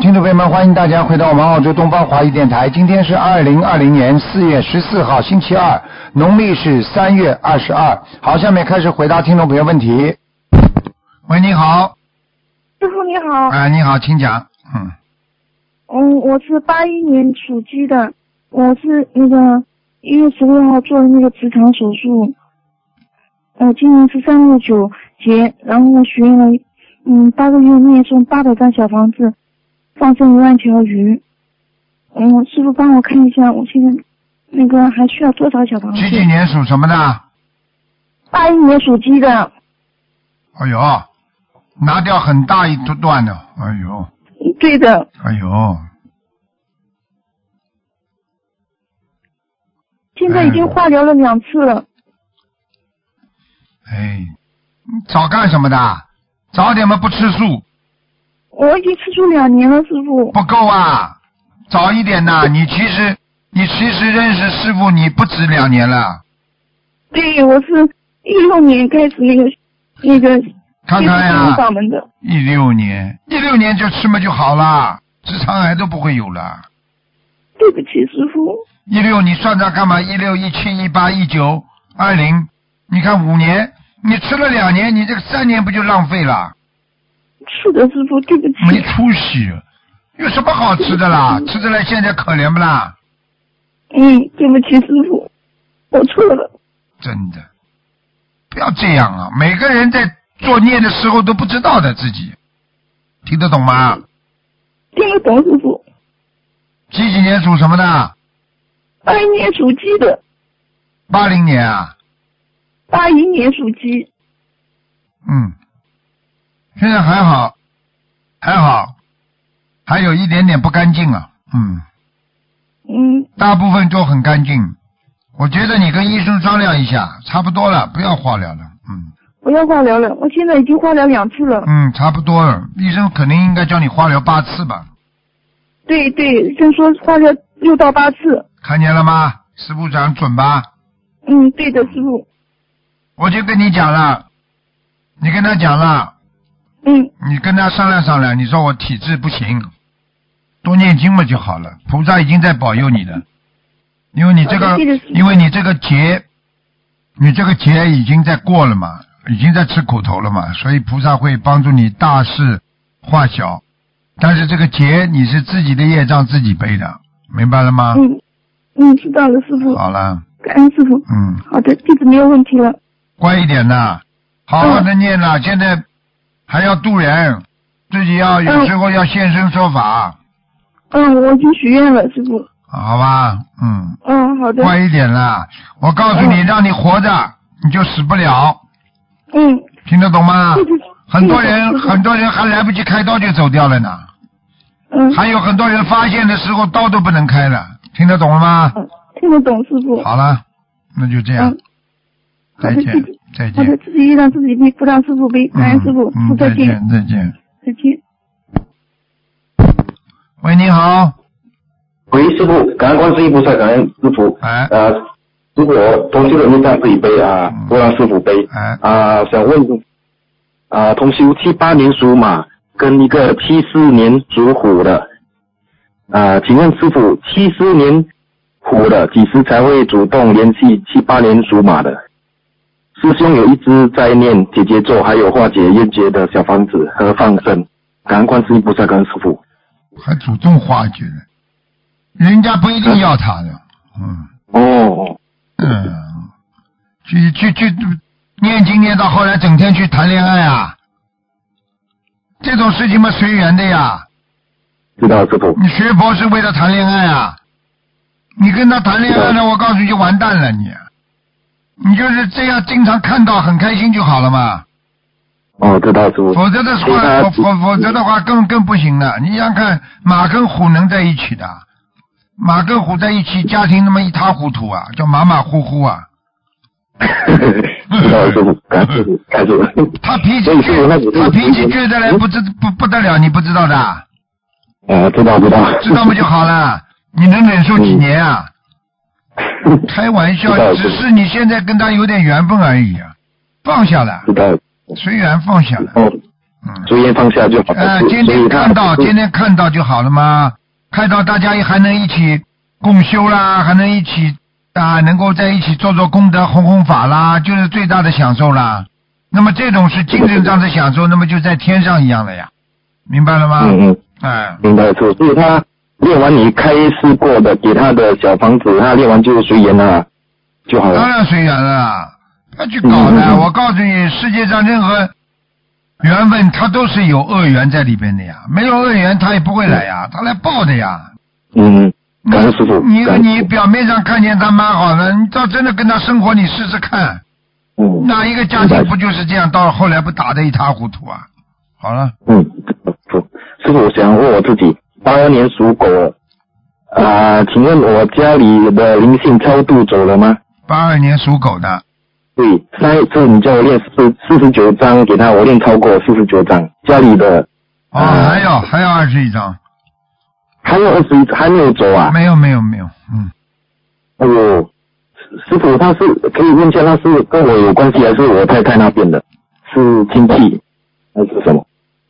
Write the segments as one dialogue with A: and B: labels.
A: 听众朋友们，欢迎大家回到我们澳洲东方华语电台。今天是二零二零年四月十四号，星期二，农历是三月二十二。好，下面开始回答听众朋友问题。喂，你好，
B: 师傅你好，
A: 哎、你好，请讲。嗯，
B: 嗯，我是八一年属鸡的，我是那个一月十六号做的那个直肠手术，我今年是三六九结，然后我许愿了，嗯，八个月内送八百张小房子，放生一万条鱼，嗯，师傅帮我看一下，我现在那个还需要多少小房子
A: 几？几年属什么的？
B: 八一年属鸡的，
A: 哎呦，拿掉很大一段的，哎呦，
B: 嗯对的，
A: 哎呦，
B: 现在已经化疗了两次了，
A: 哎，你早干什么的？早点嘛不吃素
B: 我已经吃素两年了，师傅。
A: 不够啊，早一点呐、你其实你其实认识师傅你不止两年了，
B: 对，我是一六年开始那个那个
A: 看看呀、
B: 掌门的。
A: 一六年，一六年就吃嘛就好啦，直肠癌都不会有了。
B: 对不起，师傅，
A: 一六你算算干嘛？一六、一七、一八、一九、二零，你看五年，你吃了两年，你这个三年不就浪费了？
B: 是的，师傅，对不起。
A: 没出息，有什么好吃的啦？吃的来现在可怜不啦？
B: 嗯，对不起，师傅，我错了。
A: 真的，不要这样啊！每个人在作孽的时候都不知道的自己，听得懂吗？
B: 听得懂，师傅。
A: 几几年属什么的？
B: 八一年属鸡的，
A: 八零年啊，
B: 八一年属鸡。
A: 嗯，现在还好，还好，还有一点点不干净啊，嗯，
B: 嗯，
A: 大部分都很干净。我觉得你跟医生商量一下，差不多了，不要化疗了，嗯
B: 不要化疗了，我现在已经化疗两次了。
A: 嗯，差不多了。医生肯定应该叫你化疗八次吧？
B: 对对，先说化疗六到八次。
A: 看见了吗？师傅讲准吧？
B: 嗯，对的，师傅。
A: 我就跟你讲了，你跟他讲了，
B: 嗯，
A: 你跟他商量商量，你说我体质不行，多念经嘛就好了。菩萨已经在保佑你了，因为你这
B: 啊
A: 个
B: 对的是，
A: 因为你这个劫，你这个劫已经在过了嘛，已经在吃苦头了嘛，所以菩萨会帮助你大事化小。但是这个劫你是自己的业障自己背的，明白了吗？
B: 嗯，嗯，知道了，师傅。
A: 好了，
B: 感恩师傅。
A: 嗯。
B: 好的，弟子没有问题了。
A: 乖一点呐，好好的念
B: 嗯
A: 呐、现在还要渡人，自己要有
B: 嗯
A: 时候要现身说法，
B: 嗯，我已经许愿了，师傅。
A: 好吧？嗯，
B: 嗯，好的。
A: 乖一点啦。我告诉你，
B: 嗯
A: 让你活着，你就死不了，
B: 嗯，
A: 听得懂吗
B: 对？对对
A: 啊很多人，
B: 师傅
A: 很多人还来不及开刀就走掉了呢，
B: 嗯，
A: 还有很多人发现的时候刀都不能开了，听得懂了吗？
B: 嗯听得懂，师傅。
A: 好了，那就这样
B: 嗯，，好
A: 再
B: 的，
A: 见
B: 自己，
A: 再
B: 好的，
A: 见。
B: 自己让自己背，不让师傅背。感恩师傅，
A: 嗯
B: 师傅
A: 嗯，再
B: 再见，
A: 见，再见。
B: 再见。
A: 喂，你好，
C: 喂，师傅，感恩观世音菩萨，感恩师傅。
A: 哎
C: 呃，如果同修的业障自己背啊
A: 嗯，
C: 不让师傅背。
A: 哎
C: 啊、想问，啊、同修七八年属马跟一个七四年属虎的，啊、请问师傅，七四年虎的几时才会主动联系七八年属马的？师兄有一只在念姐姐咒，还有化解冤结的小房子和放生，感恩观世音菩萨，感恩师傅。
A: 还主动化解，人家不一定要他的，嗯
C: 哦，
A: 嗯，去去去念经念到后来，整天去谈恋爱啊，这种事情嘛随缘的呀。
C: 知道了，师傅。
A: 你学佛是为了谈恋爱啊，你跟他谈恋爱了，我告诉你就完蛋了你，你就是这样经常看到很开心就好了嘛，
C: 哦，知道师傅。
A: 否则的
C: 所以他
A: 话，否否否则的话更更不行了。你想想看，马跟虎能在一起的，马跟虎在一起，家庭那么一塌糊涂啊，叫马马虎虎啊。
C: 知道 师傅，感谢师傅，感谢师傅。
A: 他脾气
C: 所以师傅，那我
A: 倔，
C: 这
A: 他
C: 个
A: 脾气倔得来不知不不得了，你不知道的啊，
C: 呃，知道知道。
A: 知道 不就好了？你能忍受几年啊？开玩笑
C: 知道，
A: 只是你现在跟他有点缘分而已啊，放下了，
C: 知道。
A: 随缘放下了。
C: 哦，
A: 嗯，
C: 随缘放下就好了。
A: 呃，
C: 所
A: 今
C: 所以
A: 天
C: 他
A: 看到，
C: 不是
A: 今天看到就好了嘛。看到大家也还能一起共修啦，还能一起啊、能够在一起做做功德、弘弘法啦，就是最大的享受啦。那么这种是精神上的享受，那么就在天上一样的呀，明白了吗？
C: 嗯嗯，
A: 哎、
C: 明白错。所以他练完你开示过的给他的小房子，他练完就随缘了就好
A: 当
C: 了。
A: 然随缘了，不要去搞的。
C: 嗯嗯嗯
A: 我告诉你，世界上任何缘分，它都是有恶缘在里边的呀。没有恶缘，他也不会来呀，他来报的呀。
C: 嗯，
A: 你
C: 感恩师傅
A: 你
C: 感恩
A: 你
C: 师傅
A: 表面上看见他蛮好的，你到真的跟他生活，你试试看，
C: 嗯，
A: 哪一个家庭不就是这样？到后来不打得一塌糊涂啊？好了，
C: 嗯，不，师傅，我想问我自己，八二年属狗的，啊、请问我家里的灵性超度走了吗？
A: 八二年属狗的，
C: 对，上一次你叫我练四四十九章，给他我练超过四十九章，家里的
A: 哦，
C: 嗯
A: 还有还有二十一张，
C: 还有二十一还没有走啊？
A: 没有没有没有，嗯，
C: 哦，师傅，他是可以问一下，他是跟我有关系，还是我太太那边的？是亲戚还是什么？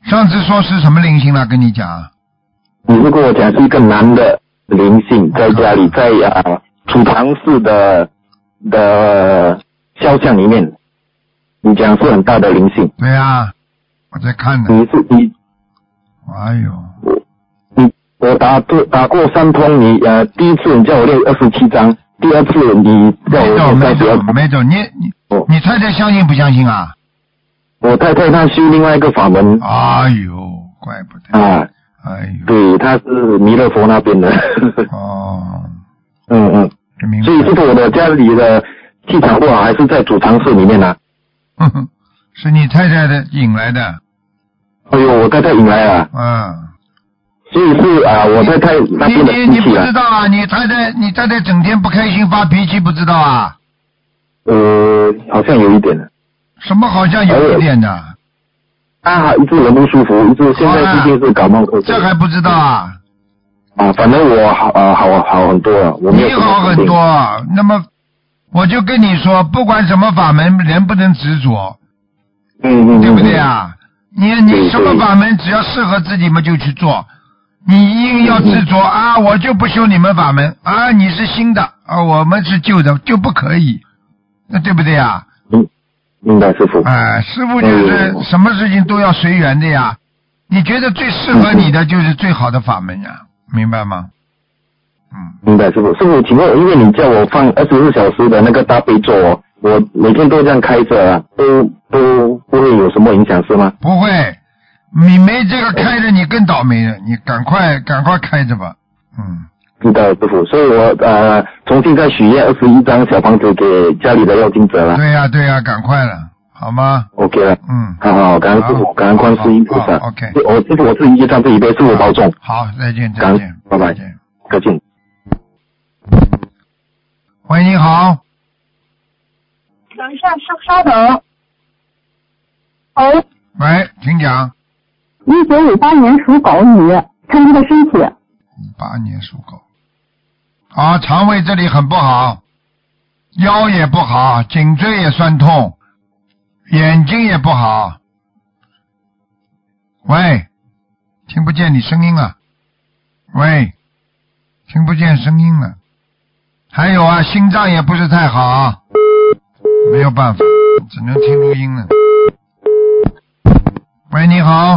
A: 上次说是什么灵性了？跟你讲啊，
C: 你是跟我讲是一个男的灵性在家里在啊、储藏室的的肖像里面，你讲是很大的灵性，
A: 对啊，我在看呢，
C: 你是你
A: 哎呦，
C: 你嗯我打对打过三通，你呃第一次你叫我练二十七章，第二次你叫
A: 没
C: 我
A: 走哦
C: 练
A: 没
C: 三十二
A: 走
C: 章，
A: 没走，你你
C: 哦
A: 你太太相信不相信啊？
C: 我太太她修另外一个法门
A: 哎呦，怪不得，
C: 啊，
A: 哎呦，
C: 对，她是弥勒佛那边的，
A: 哦，
C: 嗯嗯，
A: 明白。
C: 所以这个我的家里的气场不好，还是在储藏室里面啊呢、
A: 哼哼， 是你太太的引来的，
C: 哎呦，我太太引来啊。
A: 嗯，
C: 所以是啊，我在太那
A: 你
C: 边的
A: 你你
C: 亲
A: 不
C: 戚
A: 知
C: 啊，
A: 道啊？你太太你太太整天不开心发脾气，不知道啊？
C: 呃，好像有一点了。
A: 什么好像有一点的，
C: 啊，一直人不舒服，一直现
A: 哦
C: 在最近是感冒咳嗽。
A: 这还不知道啊？
C: 啊，反正我好啊，好好很多了，我没有
A: 你
C: 什么
A: 好很
C: 疾病
A: 多。，那么我就跟你说，不管什么法门，人不能执着，
C: 嗯嗯，嗯
A: 对不对？啊？你你
C: 对
A: 什么
C: 对
A: 法门，只要适合自己嘛就去做。你硬要执着
C: 嗯
A: 啊，我就不修你们法门啊，你是新的啊，我们是旧的，就不可以，那对不对啊？
C: 嗯，明白师傅。
A: 哎，师傅就是
C: 嗯
A: 什么事情都要随缘的呀。你觉得最适合你的就是最好的法门呀，明白吗？嗯，
C: 明白师傅，师傅，请问，因为你叫我放二十四小时的那个大悲咒哦，我每天都这样开着啊，都都不会有什么影响是吗？
A: 不会，你没这个开着，你更倒霉了。你赶快赶快开着吧。嗯，
C: 知道了师傅，所以我呃重新再许愿二十一张小房子给家里的要经者了。
A: 对呀、对呀、赶快了，好吗？
C: OK 了。
A: 嗯，
C: 好好，感恩师
A: 好
C: 傅，感恩观世音菩萨。
A: 好，OK
C: 我师傅我自己就站这一杯，师傅保重，
A: 好，再见
C: 感
A: 再
C: 恩
A: 见，，
C: 拜拜
A: 再见。，
C: 再见。
A: 喂，你好，
D: 等一下，稍稍等。喂，
A: 喂，请讲。
E: 一九五八年属狗女，看她的身体，
A: 八年属狗，啊，肠胃这里很不好，腰也不好，颈椎也酸痛，眼睛也不好。喂，听不见你声音了。喂，听不见声音了。还有啊，心脏也不是太好啊，没有办法，只能听录音了。喂，你好，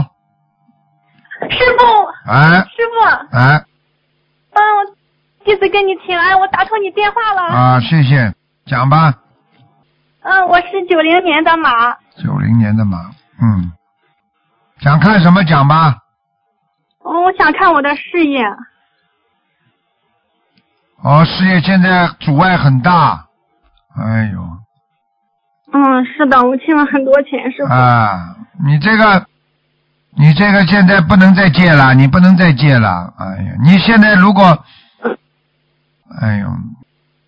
F: 师傅，
A: 哎
F: 师傅，
A: 哎
F: 帮我弟子跟你请安，我打通你电话了。
A: 啊，谢谢，讲吧。
F: 嗯，我是九零年的马，
A: 九零年的马，嗯，想看什么讲吧。
F: 嗯，我想看我的事业。
A: 哦，事业现在阻碍很大，哎呦
F: 嗯，是的，我欠了很多钱，师傅。
A: 啊，你这个，你这个现在不能再借了，你不能再借了，哎呀，你现在如果，哎呦，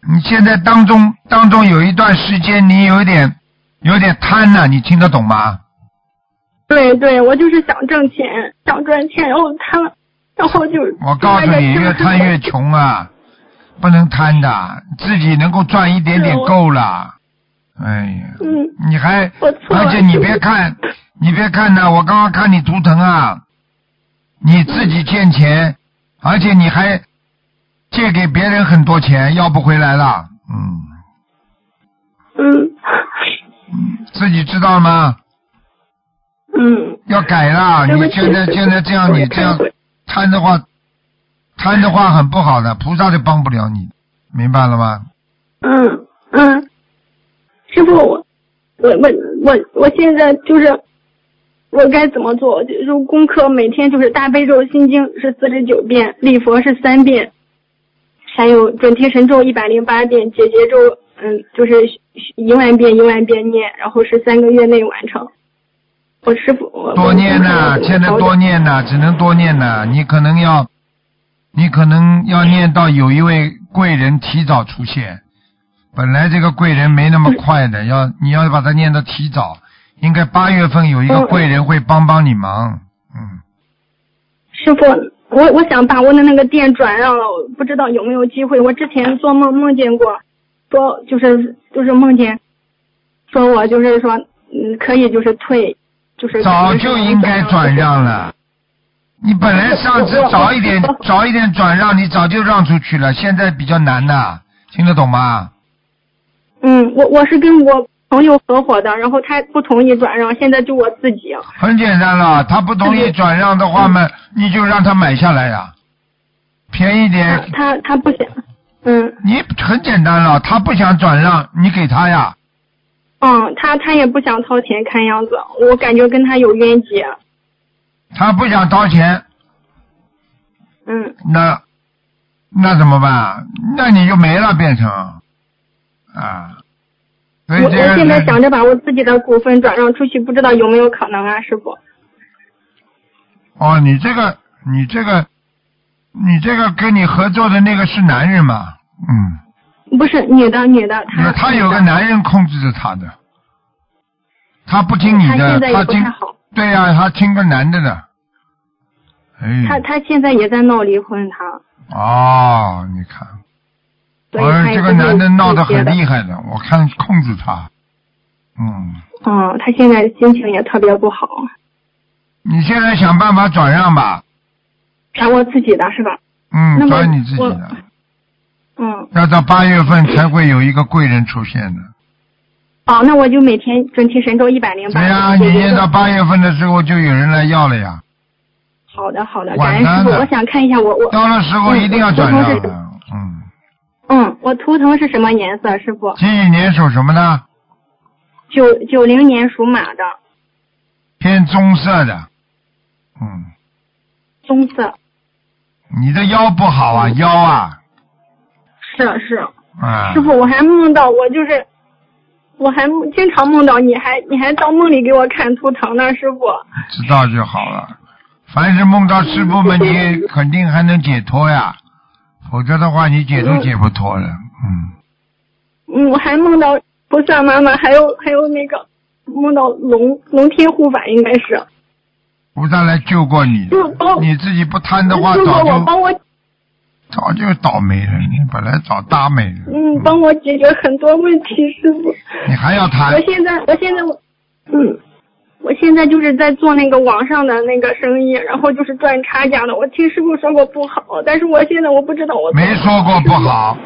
A: 你现在当中当中有一段时间你有一点有点贪呐、你听得懂吗？
F: 对对，我就是想挣钱，想赚钱，然后贪，然后就
A: 我告诉你，越贪越
F: 穷。
A: 穷啊，不能贪的，自己能够赚一点点
F: 是我
A: 够了。哎呀，
F: 嗯，
A: 你还
F: 我错了。
A: 而且你别看，你别看呐、我刚刚看你图腾啊，你自己欠钱，而且你还借给别人很多钱，要不回来了。嗯，
F: 嗯
A: 自己知道吗？
F: 嗯，
A: 要改啦！
F: 对不
A: 你
F: 起，
A: 现在现在这样，
F: 我
A: 你这样
F: 忏悔
A: 贪的话，贪的话很不好的，菩萨都帮不了你，明白了吗？
F: 嗯嗯，师傅，我我我我我现在就是我该怎么做？就是功课每天就是大悲咒、心经是四十九遍，礼佛是三遍，还有准提神咒一百零八遍，解结咒嗯就是一万遍一万遍念，然后是三个月内完成。我师傅，我
A: 多念呐、
F: 我
A: 现在多念呐、只能多念呐、你可能要，你可能要念到有一位贵人提早出现，本来这个贵人没那么快的，要你要把它念到提早，应该八月份有一个
F: 嗯
A: 贵人会帮帮你忙，嗯，
F: 师傅，我我想把我的那个店转让了，我不知道有没有机会。我之前做梦梦见过，说就是就是梦见，说我就是说嗯可以就是退，就是
A: 早就应该转让了。你本来上次早一点
F: 我
A: 早一点转让，你早就让出去了，现在比较难呐、听得懂吗？
F: 嗯，我我是跟我朋友合伙的，然后他不同意转让，现在就我自己。啊
A: 很简单了，他不同意转让的话
F: 嗯
A: 嘛，你就让他买下来呀、便宜
F: 他
A: 点。
F: 他他不想，嗯
A: 你很简单了，他不想转让，你给他呀。
F: 嗯，他他也不想掏钱，看样子我感觉跟他有冤结。
A: 他不想掏钱，
F: 嗯
A: 那那怎么办？啊那你就没了，变成啊。所以
F: 我
A: 这个
F: 我现在想着把我自己的股份转让出去，不知道有没有可能啊，师傅。
A: 哦，你这个，你这个，你这个跟你合作的那个是男人嘛？嗯，
F: 不是女的，女的，她
A: 那他有个男人控制着他的，他不听你
F: 她
A: 的
F: 现，在
A: 他
F: 也不
A: 听
F: 太好，
A: 对呀、他听个男的的。
F: 她
A: 哎，
F: 她现在也在闹离婚，她，
A: 哦，你看，
F: 所以
A: 而
F: 她也
A: 这
F: 不
A: 个
F: 是
A: 男的闹得
F: 有
A: 很
F: 结
A: 厉害的，我看控制他。嗯，
F: 嗯，她现在心情也特别不好，
A: 你现在想办法转让吧，
F: 找我自己的是吧？那
A: 嗯，
F: 么
A: 转你自己的
F: 我，嗯，
A: 要到八月份才会有一个贵人出现的。
F: 哦，那我就每天准提神咒一百零八。
A: 对呀、
F: 姐
A: 你
F: 姐
A: 念
F: 咒
A: 到八月份的时候就有人来要了呀，
F: 好的，好的，感
A: 晚
F: 恩
A: 上
F: 师傅，
A: 的
F: 我想看一下我我，
A: 到了时候一定要转让
F: 嗯我
A: 的
F: 同。
A: 嗯，
F: 嗯，我图腾是什么颜色？师傅，
A: 几几年属什么的？
F: 九九零年属马的，
A: 偏棕色的。嗯，
F: 棕色，
A: 你的腰不好啊，腰啊，
F: 是是。
A: 啊。
F: 师傅，我还梦到我就是，我还梦经常梦到你还你还到梦里给我看图腾呢，师傅。
A: 知道就好了。凡是梦到师傅们，你肯定还能解脱呀，否则的话你解都解不脱了。嗯，
F: 嗯，我还梦到菩萨妈妈，还有还有那个梦到龙龙天护法应该是，
A: 菩萨来救过你
F: 师，傅帮我，
A: 你自己不贪的话，
F: 师傅
A: 早
F: 我
A: 就
F: 帮我
A: 早就倒霉了。你本来找大霉了，
F: 嗯帮我解决很多问题，师傅。
A: 你还要贪
F: 我，现在，我现在，我，嗯，我现在就是在做那个网上的那个生意，然后就是赚差价的。我听师傅说过不好，但是我现在我不知道我
A: 没说过不好。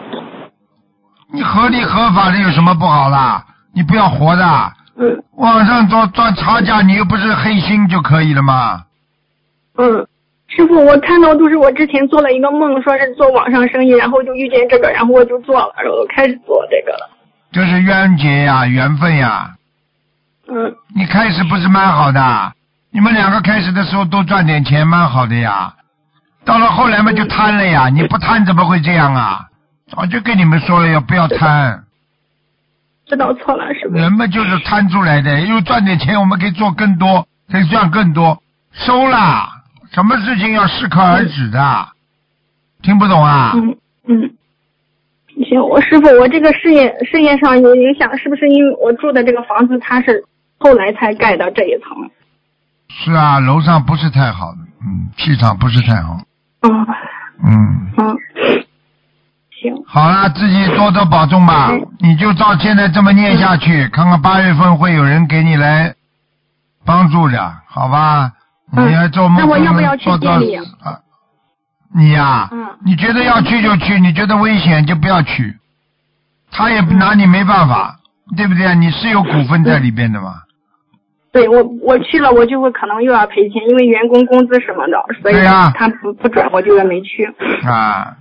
A: 你合理合法的有什么不好啦？你不要活的，
F: 嗯
A: 网上赚赚差价，你又不是黑心就可以了吗？
F: 嗯，师傅，我看到就是我之前做了一个梦，说是做网上生意，然后就遇见这个，然后我就做了，然后我开始做这个了。
A: 就是冤结呀，缘分呀，
F: 嗯
A: 你开始不是蛮好的？啊你们两个开始的时候都赚点钱，蛮好的呀。到了后来嘛，就贪了呀。你不贪怎么会这样啊？早就跟你们说了要不要贪，
F: 知道错了，师傅。
A: 人们就是贪出来的。又赚点钱，我们可以做更多，可以赚更多，收啦。什么事情要适可而止的，听不懂啊？
F: 嗯嗯，行，我师傅，我这个事业事业上有影响，是不是因为我住的这个房子它是后来才盖的这一层？
A: 是啊，楼上不是太好的，嗯，气场不是太好，
F: 嗯
A: 嗯。
F: 嗯，行，情。
A: 好啦，自己多多保重吧
F: 嗯。
A: 你就照现在这么念下去，看看八月份会有人给你来帮助的，好吧？
F: 嗯
A: 你要做梦
F: 那我
A: 做
F: 要不
A: 梦
F: 要去
A: 做到
F: 店里呀
A: 啊？你呀、
F: 嗯
A: 你觉得要去就去，你觉得危险就不要去，他也拿你没办法，对不对啊？你是有股份在里边的嘛？
F: 对我我去了，我就会可能又要赔钱，因为员工工资什么的，所以
A: 对呀
F: 他不不转，我就没去。
A: 啊，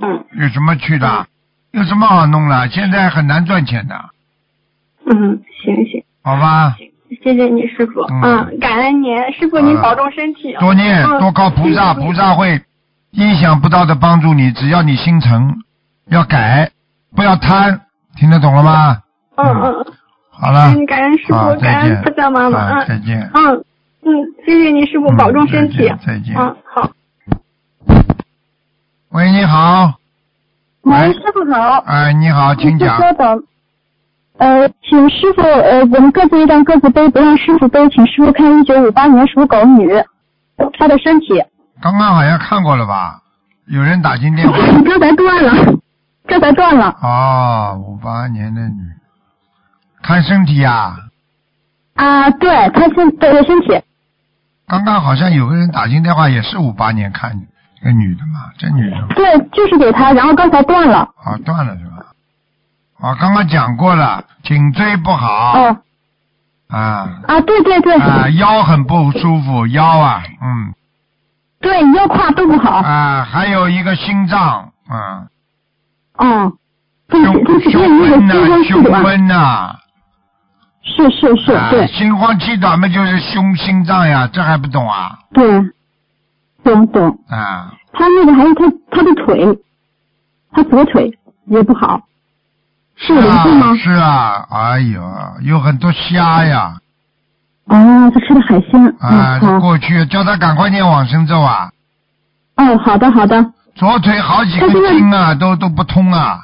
F: 嗯
A: 有什么去的？有什么好弄的？现在很难赚钱的，
F: 嗯，行行，
A: 好
F: 嗯
A: 吧？
F: 谢谢你师傅，
A: 嗯
F: 嗯，感恩您，师傅您
A: 好了
F: 保重身体。
A: 多念，
F: 嗯
A: 多靠菩萨，
F: 谢谢
A: 菩萨会意想不到的帮助你。只要你心诚，要改，不要贪，听得懂了吗？
F: 嗯嗯嗯
A: 好了，
F: 嗯，感恩师
A: 好，
F: 傅，感
A: 再见
F: 恩菩萨妈妈
A: 啊，，再
F: 嗯
A: 见。
F: 嗯嗯，谢谢你师傅，
A: 嗯
F: 保重身
A: 再
F: 体
A: 见。再见
F: 嗯，好。
A: 喂，你好，
E: 喂，师傅好，
A: 哎，你好，请
E: 是
A: 讲。
E: 稍等。呃，请师傅，呃，我们各自一张，各自背，不让师傅背，请师傅看一九五八年属狗女，她的身体。
A: 刚刚好像看过了吧？有人打进电 话。
E: 刚才断了，刚才断了。
A: 哦，五八年的女，看身体啊。
E: 啊，对，她身对身体，
A: 刚刚好像有个人打进电话，也是五八年看一个女的嘛，这女的嘛
E: 对，就是给她，然后刚才断了。
A: 啊断了是吧？啊，刚刚讲过了，颈椎不好
E: 哦，
A: 啊
E: 啊，对对对，
A: 啊，腰很不舒服，腰啊，嗯
E: 对腰胯都不好。
A: 啊，还有一个心脏，啊，
E: 哦，对，
A: 胸
E: 对，是
A: 胸
E: 对
A: 闷呐，
E: 那个心慌
A: 胸
E: 气短，
A: 闷呐，
E: 是是是，
A: 啊
E: 对
A: 心慌气短嘛就是胸心脏呀，这还不懂啊
E: 对，懂懂。
A: 啊，
E: 他那个还有他他的腿，他左腿也不好，是有灵性吗
A: 啊？是啊，哎呦，有很多虾呀，
E: 哦，他吃的海鲜。
A: 啊，
E: 嗯，好。
A: 过去叫他赶快念往生咒啊。
E: 哦，好的好的，
A: 左腿好几根筋啊，都都不通啊，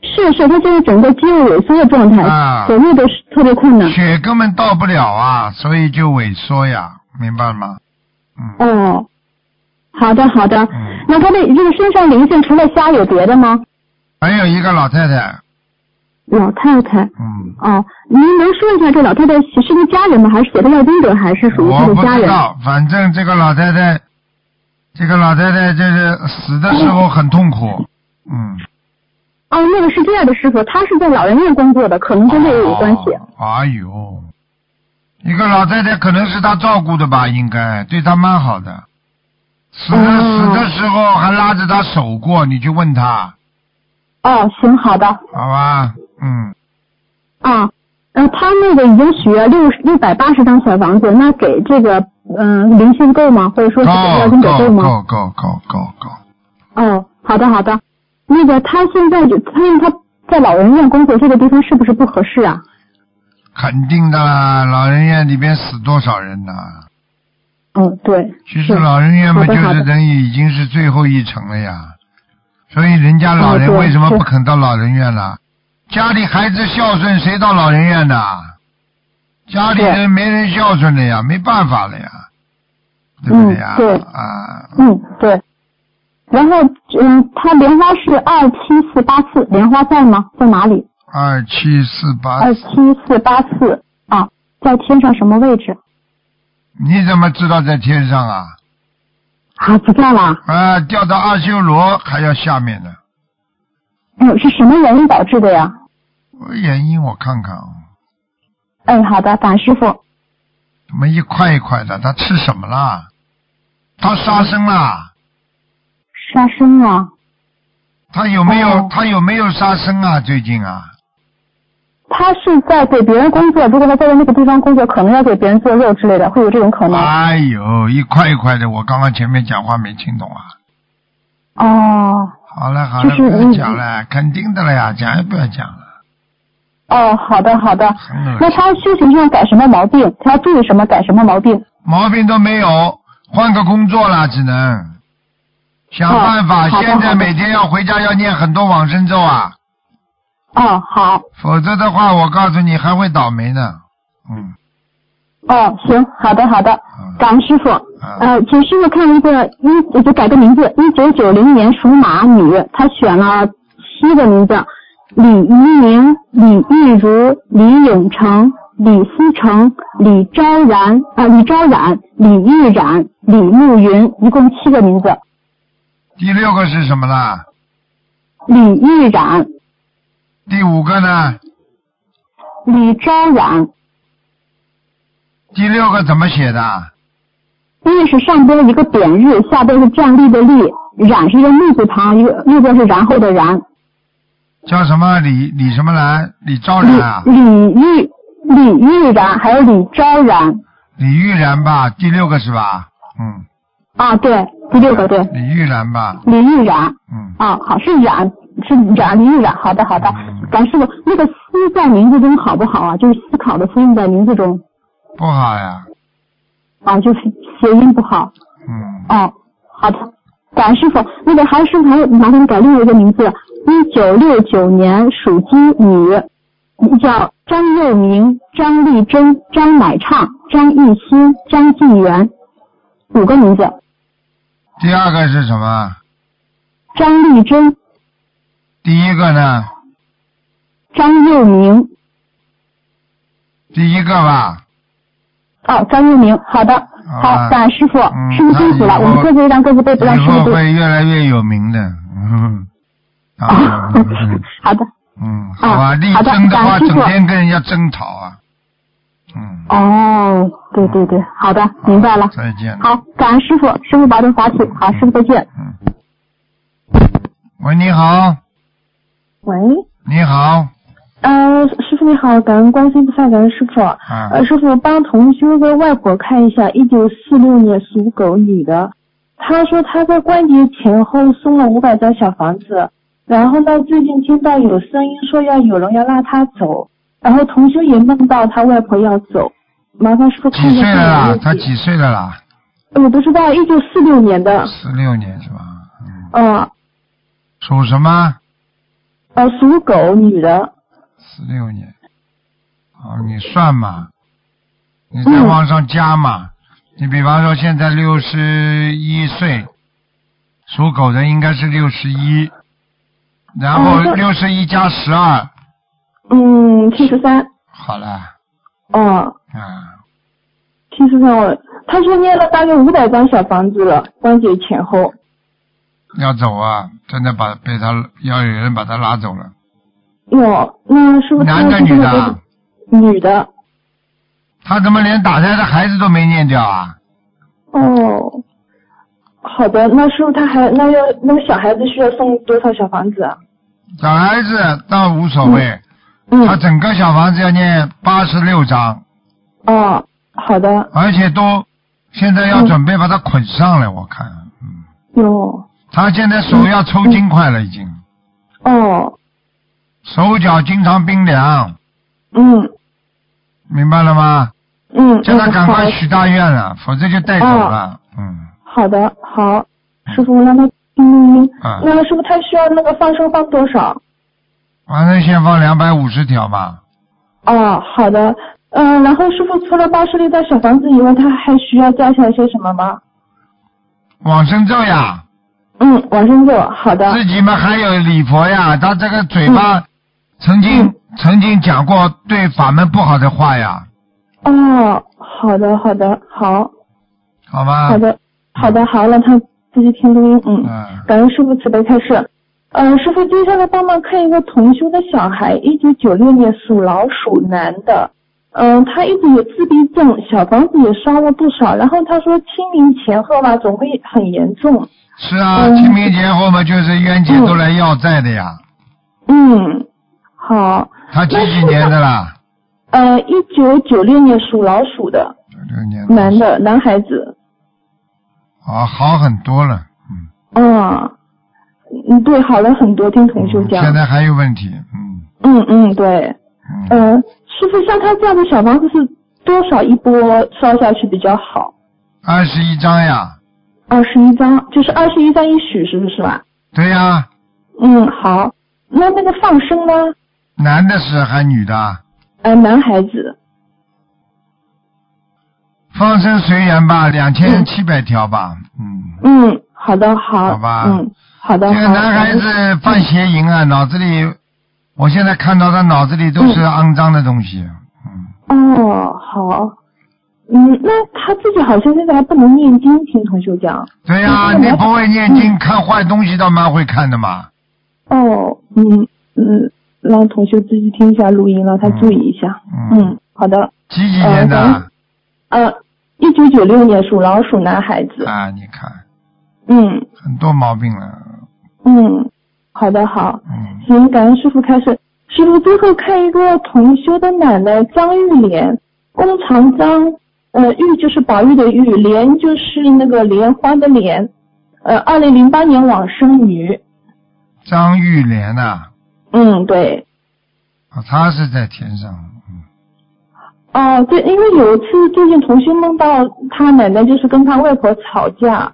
E: 是是，他现在整个肌肉萎缩的状态，
A: 啊
E: 走路都是特别困难。
A: 血根本到不了啊，所以就萎缩呀，明白吗？嗯，
E: 哦，好的好的，
A: 嗯
E: 那他的这个身上灵性除了虾有别的吗？
A: 还有一个老太太，
E: 老太太。
A: 嗯，
E: 哦，您能说一下这老太太是是个家人吗？还是写的要经者，还是属于她
A: 我
E: 的
A: 不
E: 家
A: 知
E: 人？
A: 道，反正这个老太太，这个老太太就是死的时候很痛苦，嗯，
E: 哦，那个是这样的，师傅，她是在老人院工作的，可能跟这个有关系。啊
A: 哦哎呦，一个老太太可能是她照顾的吧，应该对她蛮好的。死的、
E: 哦
A: 死的时候还拉着她手过，你去问她，
E: 哦，行，好的，
A: 好吧？嗯，
E: 啊，呃，他那个已经许愿六六百八十张小房子，那给这个嗯、灵性够吗？或者说
A: 够
E: 是给要经者够
A: 够
E: 吗？
A: 够够够够哦够。
E: 哦，好的好的，那个他现在就他因为他在老人院工作，这个地方是不是不合适啊？
A: 肯定的啦，老人院里边死多少人呐？
E: 哦，对，
A: 其实
E: 是
A: 老人院嘛，
E: 好
A: 就
E: 的好
A: 是
E: 的
A: 等于已经是最后一程了呀。所以人家老人
E: 哦对
A: 为什么
E: 是
A: 不肯到老人院了？家里孩子孝顺，谁到老人院的？家里人没人孝顺的呀，没办法了呀，对不对呀？
E: 嗯对
A: 啊，
E: 嗯对。然后，嗯，他莲花是二七四八四，莲花在吗？在哪里？
A: 二七四八
E: 二，七四八四啊，在天上什么位置？
A: 你怎么知道在天上啊？
E: 啊，不在了。
A: 啊，掉到阿修罗还要下面呢。
E: 嗯，是什么原因导致的呀？
A: 原因我看看啊，
E: 哎，好的，感恩师傅。
A: 怎么一块一块的？他吃什么啦？他杀生啦？
E: 杀生啊，
A: 他有没有、
E: 哦
A: 他有没有杀生啊？最近啊？
E: 他是在给别人工作，如果他在那个地方工作，可能要给别人做肉之类的，会有这种可能。
A: 哎呦，一块一块的，我刚刚前面讲话没听懂啊。
E: 哦，
A: 好了好了，
E: 就是
A: 不要讲了，肯定的了呀，讲也不要讲了，
E: 哦，好的好的。
A: 很恶
E: 那
A: 心，
E: 他修行上改什么毛病？他要注意什么？改什么毛病？
A: 毛病都没有，换个工作啦，只能想
E: 哦
A: 办法。
E: 好的
A: 现在
E: 好的
A: 每天要回家要念很多往生咒啊，
E: 哦，好，
A: 否则的话，我告诉你还会倒霉呢。嗯，
E: 哦，行，好的好的，
A: 好的
E: 感恩师傅。
A: 啊，
E: 呃，嗯请师傅看一个一，就改个名字，一九九零年属马女，她选了七个名字：李怡宁、李玉如、李永成、李思成、李昭然啊、李昭冉、李玉冉、李慕云，一共七个名字。
A: 第六个是什么啦？
E: 李玉冉、
A: 第五个呢？
E: 李昭冉，
A: 第六个怎么写的？
E: 日是上边一个点日，下边是站立的立，冉是一个木字旁，一个右边是然后的然。
A: 叫什么李李什么兰？李昭然啊？
E: 李李玉李玉然，还有李昭然
A: 李玉然吧？第六个是吧？嗯。
E: 啊，对，第六个对，
A: 李玉然吧？
E: 李玉然
A: 嗯。
E: 啊，好是冉是冉李玉冉，好的好的
A: 嗯，
E: 咱师傅那个思在名字中好不好啊？就是思考的思用在名字中
A: 不好呀。
E: 啊，就是谐音不好。
A: 嗯。
E: 哦，好的，感恩师傅。那个还师傅还有麻烦改另一个名字，一九六九年属鸡女，叫张佑明、张丽珍、张乃畅、张艺兴、张纪元，五个名字。
A: 第二个是什么？
E: 张丽珍、
A: 第一个呢？
E: 张佑明，
A: 第一个吧。
E: 哦，张佑明，好的，
A: 好
E: 好
A: 啊，
E: 感恩师傅，
A: 嗯
E: 师傅辛苦
A: 那
E: 了，
A: 以
E: 我
A: 后
E: 们各自一张，各自背，不让
A: 以
E: 师
A: 后
E: 傅背。
A: 会越来越有名的。 嗯。啊
E: 啊。 好的，
A: 嗯，好吧，
E: 啊
A: 力
E: 好的
A: 争的
E: 感
A: 话，
E: 恩师
A: 整
E: 傅
A: 天跟人家争吵啊。嗯。
E: 哦，对对对，好的，明白了
A: 好。再见。
E: 好，感恩师傅，师傅保重法体。好，师傅再见。
A: 嗯。喂，你好，
B: 喂，
A: 你好，
B: 呃，师傅你好，感恩观世音菩萨，感恩师傅。
A: 啊，
B: 呃，师傅帮同修的外婆看一下，一九四六年属狗女的，她说她在关节前后送了五百张小房子，然后呢，最近听到有声音说要有人要拉她走，然后同修也梦到她外婆要走，麻烦师傅看
A: 几
B: 一
A: 岁
B: 下
A: 了
B: 她
A: 啦他
B: 有没有问？题
A: 几岁了啦？
B: 呃我不知道，一九四六年的，
A: 十六年是吧？嗯，
B: 呃
A: 属什么？
B: 呃，属狗女的，
A: 十六年。哦，你算嘛，你再往上加嘛。你比方说现在六十一岁，属狗的应该是六十一，然后
B: 哦那
A: 六十一加十二，
B: 嗯，七十三，
A: 好了
B: 哦。
A: 啊，
B: 七十三万，他说念了大概五百张小房子了，关节前后。
A: 要走啊，真的把被他要有人把他拉走了，
B: 哟，那是不是
A: 男的
B: 这
A: 女
B: 个
A: 的啊？
B: 女的。
A: 他怎么连打胎的孩子都没念掉啊？
B: 哦，好的，那师傅他还那要那个小孩子需要送多少小房子啊？
A: 小孩子倒无所谓，
B: 嗯，
A: 他整个小房子要念八十六章。
B: 哦，好的，
A: 而且都现在要
B: 嗯
A: 准备把他捆上来，我看，嗯，
B: 哟，
A: 他现在手要抽筋块了，已经，
B: 哦，
A: 手脚经常冰凉，
B: 嗯
A: 明白了吗？
B: 嗯，
A: 叫他
B: 嗯
A: 赶
B: 好
A: 快许大愿
B: 嗯
A: 了，否则就带走了，嗯，
B: 好的，好，师傅让他听听。
A: 啊，
B: 那师傅他需要那个放生放多少？
A: 反正先放两百五十条吧，
B: 哦，好的，嗯、然后师傅除了八十六套小房子以外，他还需要加强些什么吗？
A: 往生咒呀，
B: 嗯，往生咒，好的，
A: 自己嘛还有礼佛呀，他这个嘴巴
B: 嗯
A: 曾经曾经讲过对法门不好的话呀，
B: 哦，好的，好的，好，
A: 好吗？
B: 好，的，好的，好，让他继续听录音，嗯，
A: 嗯，
B: 感恩师傅慈悲开示。呃，师傅接下来帮忙看一个同修的小孩，一九九六年属老鼠男的，嗯、他一直有自闭症，小房子也烧了不少，然后他说清明前后吧，总会很严重，
A: 是啊，
B: 嗯
A: 清明节后嘛就是冤姐都来要债的呀。
B: 嗯，好，
A: 他几几年的啦？
B: 呃，一九九六年属老鼠的
A: 九六年
B: 男的男孩子。
A: 啊，好很多了。嗯，
B: 嗯，嗯，对，好了很多，听同修讲
A: 现。在还有问题，嗯
B: 嗯嗯，对。
A: 嗯，
B: 嗯，师傅，像他这样的小房子是多少一波烧下去比较好？
A: 二十一张呀，
B: 二十一张，就是二十一张一许，是不是吧？
A: 对呀、
B: 嗯，好。那那个放生呢？
A: 男的是还女的，啊
B: 呃，男孩子。
A: 放生随缘吧，两千七百条吧，嗯，
B: 嗯，好的，好。
A: 好吧
B: 嗯，
E: 好的。
A: 这个
E: 好的
A: 男孩子犯邪淫啊，脑子里，我现在看到他脑子里都是肮脏的东西。
E: 哦，好。嗯，那他自己好像现在还不能念经，听同学讲。
A: 对呀、
E: 嗯
A: 你不会念经，看坏东西倒蛮会看的嘛。
E: 哦，嗯嗯，让同学自己听一下录音，让他注意一下。
A: 嗯，
E: 嗯，好的。
A: 几几年的啊？
E: 呃，一九九六年属老鼠男孩子。
A: 啊，你看
E: 嗯
A: 很多毛病了。
E: 嗯，好的好，
A: 嗯，
E: 行，感恩师傅开始。师傅最后看一个同修的奶奶张玉莲，弓长张，呃，玉就是宝玉的玉，莲就是那个莲花的莲，呃，二零零八年往生女。
A: 张玉莲呐、
E: 嗯，对，
A: 啊，她是在天上。嗯
E: 哦，对，因为有一次最近同学梦到他奶奶就是跟他外婆吵架，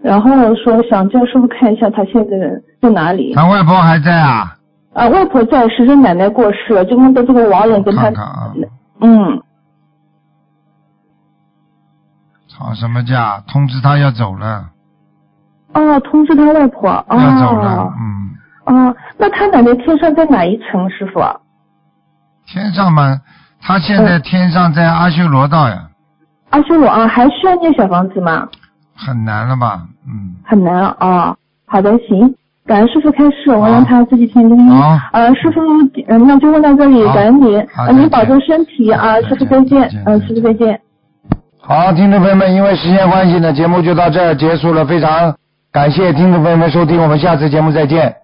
E: 然后说想叫师傅看一下他现在人在哪里。
A: 她外婆还在啊？
E: 啊，外婆在，实是奶奶过世了，就梦到这个亡人
A: 我
E: 跟他
A: 看，看啊，
E: 嗯，
A: 吵什么架？通知她要走了，
E: 哦，通知他外婆，哦，
A: 要走了。嗯，
E: 哦，那他奶奶天上在哪一层，师傅？
A: 天上嘛，她现在天上在阿修罗道呀，
E: 阿修罗啊，还需要念小房子吗？
A: 很难了吧？嗯，
E: 很难啊、哦。好的，行，感恩师傅开示，我
A: 好
E: 让他自己听录音。
A: 好
E: 呃，师傅，嗯，那就问到这里，
A: 好
E: 感恩您，
A: 好
E: 呃，
A: 再
E: 您
A: 见
E: 保重身体啊，
A: 再
E: 师傅
A: 见
E: 再见
A: 再见，
E: 嗯，
A: 再
E: 师傅
A: 见
E: 再见。
A: 好，听众朋友们，因为时间关系呢，节目就到这儿结束了，非常感谢听众朋友们收听，我们下次节目再见。